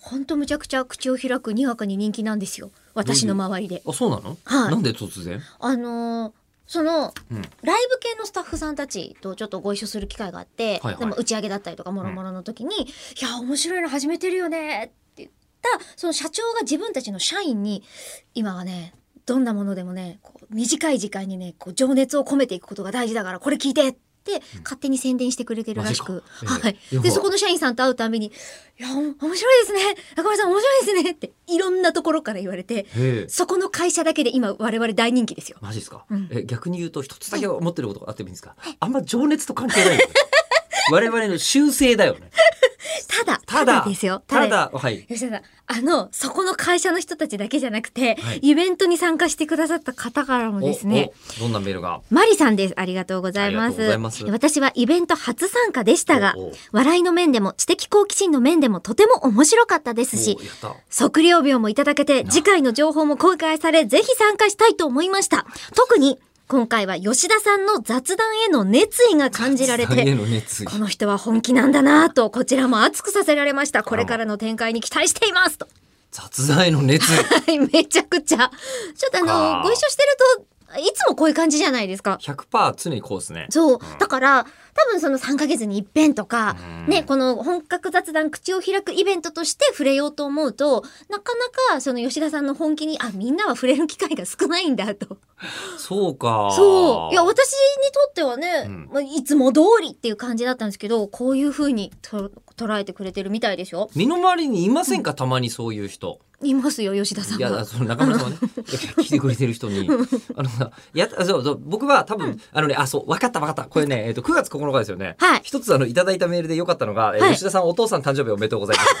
ほんとむちゃくちゃ口を開くにわかに人気なんですよ私の周りであそうなの、はいなんで突然、あのーそのうん、ライブ系のスタッフさんたちとちょっとご一緒する機会があって、はいはいでも打ち上げだったりとかもろもろの時に「いや面白いの始めてるよね」って言ったその社長が自分たちの社員に今はねどんなものでもねこう短い時間にねこう情熱を込めていくことが大事だからこれ聞いてって勝手に宣伝してくれてるらしく、マジかはええい、でそこの社員さんと会うたびに「いやお面白いですね中村さん面白いですね」っていろんなところから言われてへえそこの会社だけで今我々大人気ですよ。マジですか、うんえ逆に言うと一つだけ思ってることがあってもいいですか、あんま情熱と関 係ないよね我々の修正だよねただただですよただはい吉田さん、あの、そこの会社の人たちだけじゃなくて、はいイベントに参加してくださった方からもですね、おおどんなメールがマリさんです。ありがとうございまありがとうす。ございます私はイベント初参加でしたがおお、笑いの面でも知的好奇心の面でもとても面白かったですしお、やった測量病もいただけて、次回の情報も公開され、ぜひ参加したいと思いました。特に、今回は吉田さんの雑談への熱意が感じられ三人へて、の熱意この人は本気なんだなぁと、こちらも熱くさせられました。これからの展開に期待していますと。雑材の熱意はい、めちゃくちゃ。ちょっとあかの、ご一緒してると、いつもこういう感じじゃないですか。 100%常にこうです ねそう。だから、多分その3ヶ月に一遍とか、うんね、この本格雑談口を開くイベントとして触れようと思うと、なかなかその吉田さんの本気に、あ、みんなは触れる機会が少ないんだと。そうかそう。いや、私にとってはね、うんまあ、いつも通りっていう感じだったんですけど、こういう風にと捉えてくれてるみたいでしょ身の回りにいませんか、たまにそういう人いますよ、吉田さん いやは。その中 村さんはね聞いてくれてる人にあのさやあそうそう僕は多分、あのねあそう分かった分かったこれね、えっと9月9日ですよね、はい一つあのいただいたメールでよかったのが、えーはい吉田さんお父さん誕生日おめでとうございますそう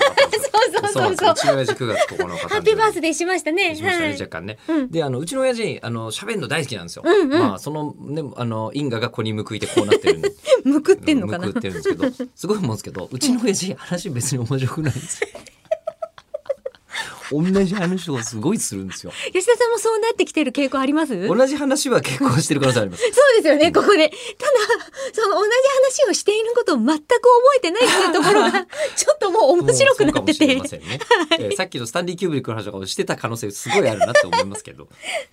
そうそうそううちの親父9月9日誕生日ハッピーバースデーしましたね。しましたね、はい。若干ね、うんであのうちの親父あの喋るの大好きなんですよ、うんうんまあそのねあの因果が子に報いてこうなってるんでむく ってんのかな報ってるんですけどすごい思うんですけどうちの親父話別に面白くないんですよ 同じ話をすごいするんですよ吉田さんもそうなってきてる傾向ありますそう同じ話は結婚してる可能性あります。ですよね、ここで。ただ、その同じ話をしていることを全く覚えてないっていうところ が、ちょっとも う面白くなってて。もうそうかもしれませんねえーさっきのスタンリー・キューブリックの話とかをしてた可能性すごいあるなって思いますけど。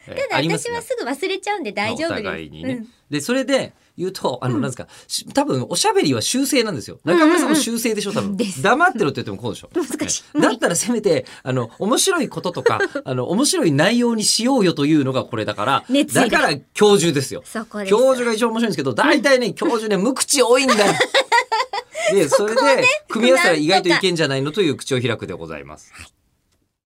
えーた だ、私はすぐ忘れちゃうんで大丈夫です。まあお互いにね。うんで、それで言うと、あの、なんですか、し多分、おしゃべりは修正なんですよ。んうん中村さんも修正でしょ、多分。です黙ってろって言ってもこうでしょ。 難しいねだったらせめて、あの、面白いこととか、あの、面白い内容にしようよというのがこれだから、熱意だがから教授ですよ。そこです。教授が一番面白いんですけど、大体 ね、教授ね、無口多いんだよ。で、それで、組み合わせたら意外といけんじゃないのという口を開くでございます。